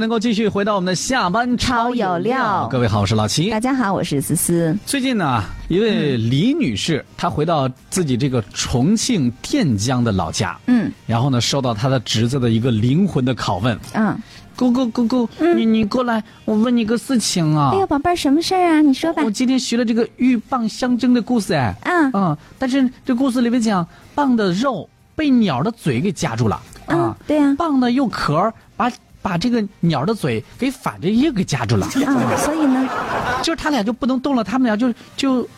能够继续回到我们的下班超有料各位好，我是老齐大。家好，我是思思。最近呢，一位李女士、她回到自己这个重庆垫江的老家，嗯然后呢，受到她的侄子的一个灵魂的拷问：“嗯，姑姑姑姑，你你过来，我问你个事情啊哎呦，宝贝儿，什么事儿啊？你说吧我。今天学了这个鹬蚌相争的故事哎，嗯嗯，但是这故事里面讲，蚌的肉被鸟的嘴给夹住了嗯啊，，对呀、蚌的用壳儿把把这个鸟的嘴给反着也给夹住了，啊。所以呢，就是他俩就不能动了，他们俩就就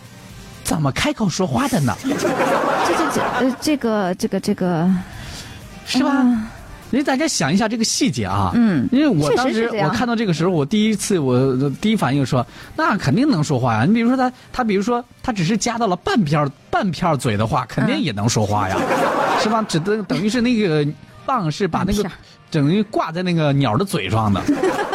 怎么开口说话的呢？这这这呃，这个这个这个，是吧？嗯人家大家想一下这个细节啊，嗯因为我确实当是时这样我看到这个时候，我第一次我第一反应说，那肯定能说话呀。你比如说他，他比如说他只是夹到了半片儿半片儿嘴的话，肯定也能说话呀， 是吧？只等等于是那个蚌是把那半片个儿等于挂在那个鸟的嘴上 的，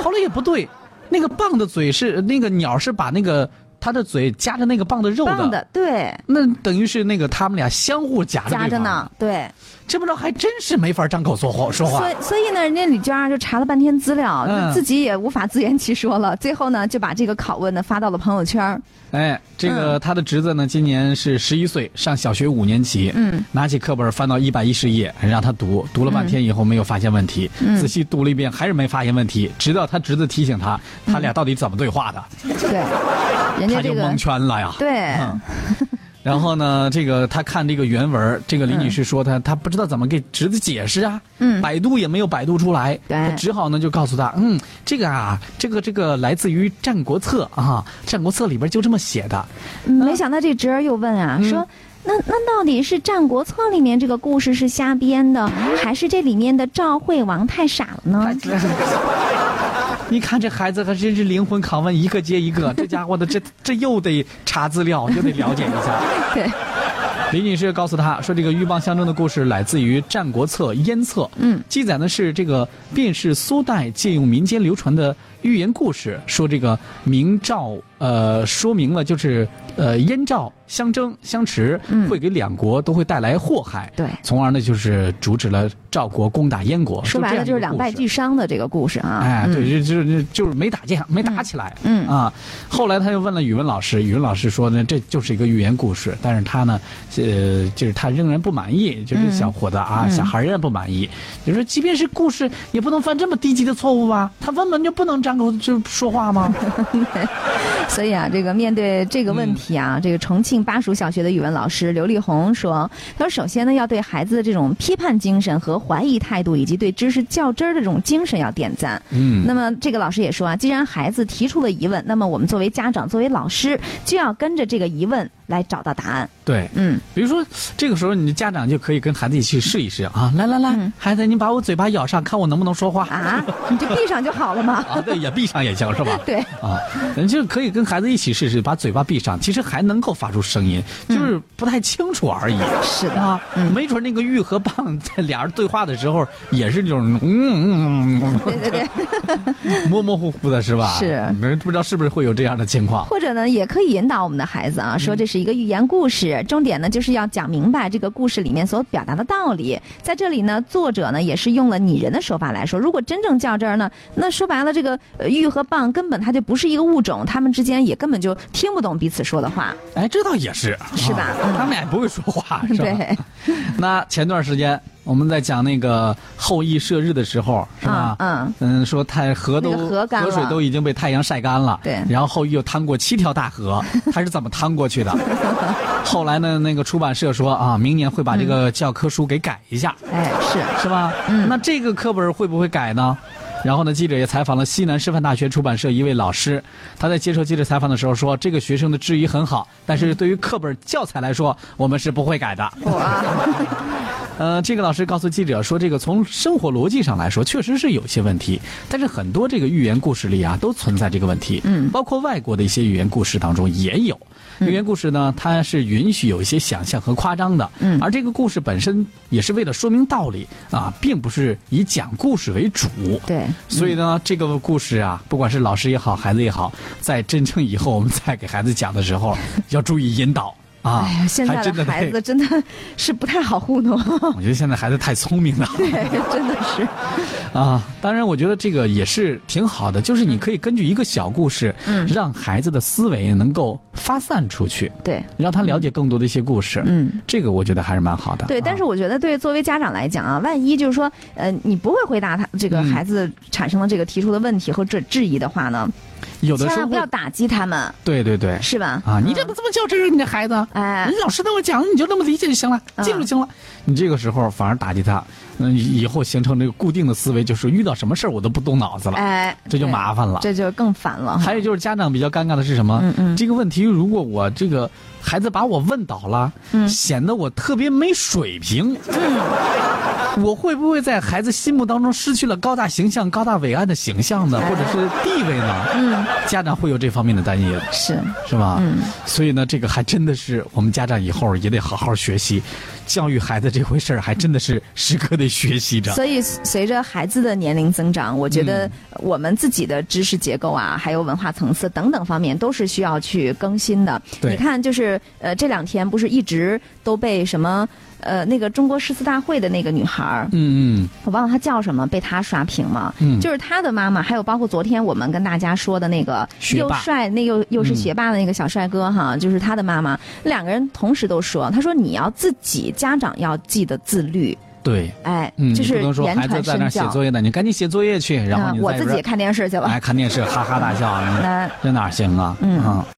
后来也不对，那个蚌的嘴是那个鸟是把那个它的嘴夹着那个蚌的肉棒的，的，对，那等于是那个他们俩相互夹着夹对着方呢，，对。这不知道还真是没法张口说话说话。所以所以呢，人家李娟儿就查了半天资料，嗯自己也无法自圆其说了。最后呢，就把这个拷问呢发到了朋友圈儿。哎，这嗯个他的侄子呢，今年是十一岁，上小学五年级。嗯，拿起课本翻到一百一十页，让他读，读了半天以后没有发现问题，嗯仔细读了一遍还是没发现问题，直到他侄子提醒他，他俩到底怎么对话的，对，嗯人家他这就个蒙圈了呀。对，嗯 然后呢，这个他看这个原文，这个李女士说她她不知道怎么给侄子解释啊，嗯百度也没有百度出来，对她只好呢就告诉他，嗯，这个啊，这个这个来自于《战国策》啊，《战国策》里边就这么写 的，没想到这侄儿又问啊，说那那到底是《战国策》里面这个故事是瞎编的，还是这里面的赵惠王太傻了呢？你看这孩子还真是灵魂拷问一个接一个，这家伙的这这又得查资料，又得了解一下。哎对，李女士告诉他说，这个鹬蚌相争的故事来自于《战国策·燕策》，嗯，记载的是这个便是苏代借用民间流传的寓言故事，说这个明赵呃说明了就是呃燕赵相争相持，嗯会给两国都会带来祸害，对从而呢就是阻止了赵国攻打燕国。说白了就是两败俱。俱伤的这个故事啊。哎，嗯对，就就就就是没打架，没打起来。嗯嗯啊，后来他又问了语文老师，语文老师说呢，这就是一个寓言故事，但是他呢，呃，就是他仍然不满意，就是小嗯伙子啊，小孩儿仍然不满意。就说，即便是故事，也不能犯这么低级的错误吧？他根本就不能张口就说话 吗？所以啊，这个面对这个问题啊，这个重庆巴蜀小学的语文老师刘丽红说：“她说，首先呢，要对孩子的这种批判精神和怀疑态度，以及对知识较真儿的这种精神要点赞。嗯那么这个老师也说啊，既然孩子提出了疑问，那么我们作为家长、作为老师，就要跟着这个疑问来找到答案。对。嗯，比如说，这个时候你家长就可以跟孩子一起试一试啊！来来嗯来，孩子，你把我嘴巴咬上，看我能不能说话 啊，你就闭上就好了嘛。啊？对，也闭上也行是吧？ 对，啊，你就可以跟孩子一起试试，把嘴巴闭上，其实还能够发出声音，就是嗯不太清楚而已。是的。啊，没准那个玉和棒 在俩人对话的时候也是这种嗯嗯嗯 对对对，嗯，模模糊糊的是吧？ 是没人不知道是不是会有这样的情况。或者呢，也可以引导我们的孩子嗯啊，说这是一个寓言故事，重点呢就是要讲明白这个故事里面所表达的道理。在这里呢，作者呢也是用了拟人的手法来说，如果真正较真儿呢， 那说白了，这个呃玉和蚌根本它就不是一个物种，它们之间也根本就听不懂彼此说的话。哎，这倒也是，是吧啊嗯他们俩也不会说话，是吧？对，那前段时间我们在讲那个后羿射日的时候，是吧？嗯嗯说太河都那个河干了水都已经被太阳晒干了，对然后后羿又趟过七条大 河，他是怎么趟过去的？后来呢，那个出版社说啊，明年会把这个教科书给改一下，哎，是，是吧？嗯那这个课本会不会改呢？然后呢，记者也采访了西南师范大学出版社一位老师，他在接受记者采访的时候说，这个学生的质疑很好，但是对于课本教材来说，我们是不会改的。哇，呃，这个老师告诉记者说，这个从生活逻辑上来说，确实是有些问题，但是很多这个寓言故事里啊，都存在这个问题。嗯包括外国的一些寓言故事当中也有。寓言故事呢，它是允许有一些想象和夸张的，嗯而这个故事本身也是为了说明道理啊，并不是以讲故事为主。对，所以呢，这个故事啊，不管是老师也好，孩子也好，在真正以后我们再给孩子讲的时候，要注意引导啊。哎呀， 现还在真的孩得子真的 是不太好糊弄，我觉得现在孩子太聪明了 对，真的是。啊！当然，我觉得这个也是挺好的，就是你可以根据一个小故事，嗯让孩子的思维能够发散出去，对，让他了解更多的一些故事。嗯。这个我觉得还是蛮好的。啊对，但是我觉得对作为家长来讲啊，万一就是说，呃，你不会回答他这个嗯孩子产生的这个提出的问题和质质疑的话呢，有的千时万候不要，打击他们，对对对，是吧？啊，你嗯怎么这么较真儿？你这孩子，哎你老师跟我讲，你就那么理解就行了，嗯记住就行了。你这个时候反而打击他，嗯，以后形成这个固定的思维，就是遇到什么事儿我都不动脑子了，哎，这就对麻烦了。这就更烦了。还有就是家长比较尴尬的是什么？嗯嗯这个问题如果我这个孩子把我问倒了，嗯显得我特别没水平。我会不会在孩子心目当中失去了高大形象、高大伟岸的形象呢，哎或者是地位呢？嗯，家长会有这方面的担心，是，是吧？嗯，所以呢，这个还真的是我们家长以后也得好好学习，教育孩子这回事儿，还真的是时刻得学习着。所以随着孩子的年龄增长，我觉嗯得我们自己的知识结构啊，还有文化层次等等方面，都是需要去更新的。对你看，就是呃，这两天不是一直都被什么呃那个中国诗词大会的那个女孩儿，嗯我忘了她叫什么，被她刷屏了。嗯就是她的妈妈，还有包括昨天我们跟大家说的那个学又霸帅那又又是嗯学霸的那个小帅哥哈，就是他的妈妈，两个人同时都说，他说你要自己家长要记得自律，嗯，对。哎，嗯，就你是不能说言孩子传在那身儿写教。作业呢，你赶紧写作业去，然后啊你我在一自己边也看电视去了哎，。看电视哈哈大笑，那这哪行啊？嗯啊